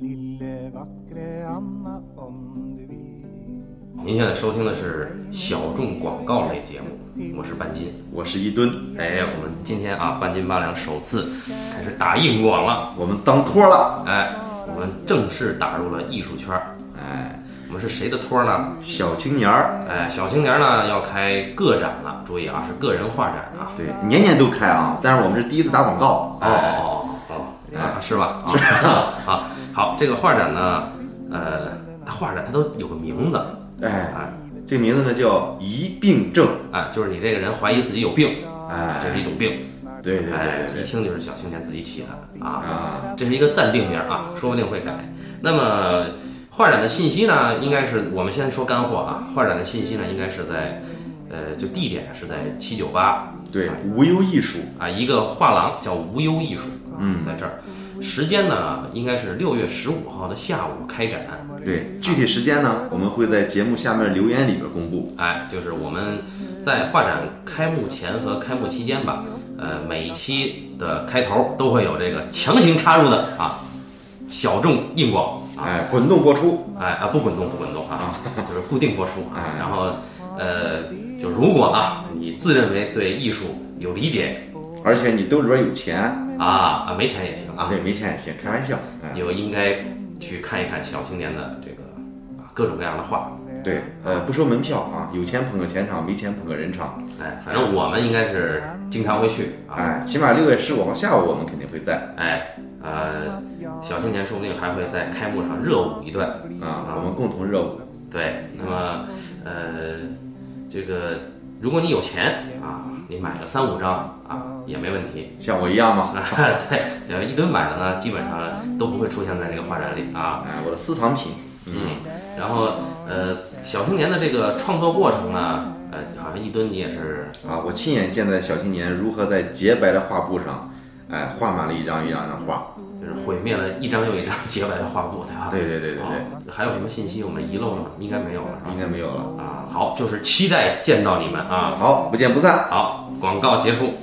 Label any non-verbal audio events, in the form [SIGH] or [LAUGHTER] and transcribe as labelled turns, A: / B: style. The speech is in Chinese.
A: Lille vackre Anna om du vill
B: 您现在收听的是小众广告类节目，我是半斤。
C: 我是一吨，
B: 哎，我们今天啊，半斤八两首次开始打硬广了，
C: 我们当托了。
B: 哎，我们正式打入了艺术圈儿。
C: 哎，
B: 我们是谁的托呢？
C: 小青年儿，
B: 哎，小青年呢要开个展了，注意啊，是个人画展啊。
C: 对，年年都开啊，但是我们是第一次打广告。哎，
B: 哦哦哦，啊，是吧？啊啊，好，这个画展呢，呃，它画展它都有个名字，
C: 哎，
B: 哎
C: 这名字呢叫疑病症。
B: 哎，就是你这个人怀疑自己有病，啊
C: 哎，
B: 这是一种病，
C: 对对
B: 哎
C: 对，
B: 一
C: 对
B: 听就是小青年自己起的
C: 对
B: 啊。
C: 啊，
B: 这是一个暂定名啊，说不定会改。那么画展的信息呢，应该是我们先说干货啊。画展的信息呢，应该是在，呃，就地点是在七九八
C: 对，无忧艺术。
B: 啊，一个画廊叫无忧艺术，
C: 嗯，
B: 在这儿。时间呢，应该是六月十五号的下午开展。
C: 对，具体时间呢，我们会在节目下面留言里边公布。
B: 哎，就是我们在画展开幕前和开幕期间吧，呃，每一期的开头都会有这个强行插入的啊，小众硬广啊。
C: 哎，滚动播出。
B: 哎啊，不滚动不滚动啊， [LAUGHS] 就是固定播出啊
C: 哎。
B: 然后呃，就如果啊，你自认为对艺术有理解
C: 而且你兜里边有钱，
B: 啊啊，没钱也行啊，
C: 对，没钱也行，开玩笑。哎
B: 你，就应该去看一看小青年的这个啊各种各样的画。
C: 对，呃，不收门票啊，有钱捧个钱场，没钱捧个人场。
B: 哎，反正我们应该是经常会去啊。
C: 哎，起码六月十五号下午我们肯定会在。
B: 哎，呃，小青年说不定还会在开幕上热舞一段。
C: 啊，我们共同热舞。
B: 对，那么呃，这个如果你有钱啊，你买个三五张啊也没问题。 [LAUGHS]
C: 像我一样吗？
B: 啊，对，只要一吨买的呢，基本上都不会出现在这个画展里啊。
C: 哎，我的私藏品。
B: 嗯，然后呃，小青年的这个创作过程呢，呃，好像一吨你也是
C: 啊，我亲眼见在小青年如何在洁白的画布上，哎，画满了一张一张张画。
B: 就是毁灭了一张又一张洁白的画布，对吧？
C: 对对对对对，
B: 哦还有什么信息我们遗漏了吗？应该没有了，
C: 应
B: 是
C: 该没有了。
B: 吧？啊，好，就是期待见到你们啊。
C: 好，不见不散。
B: 好，广告结束。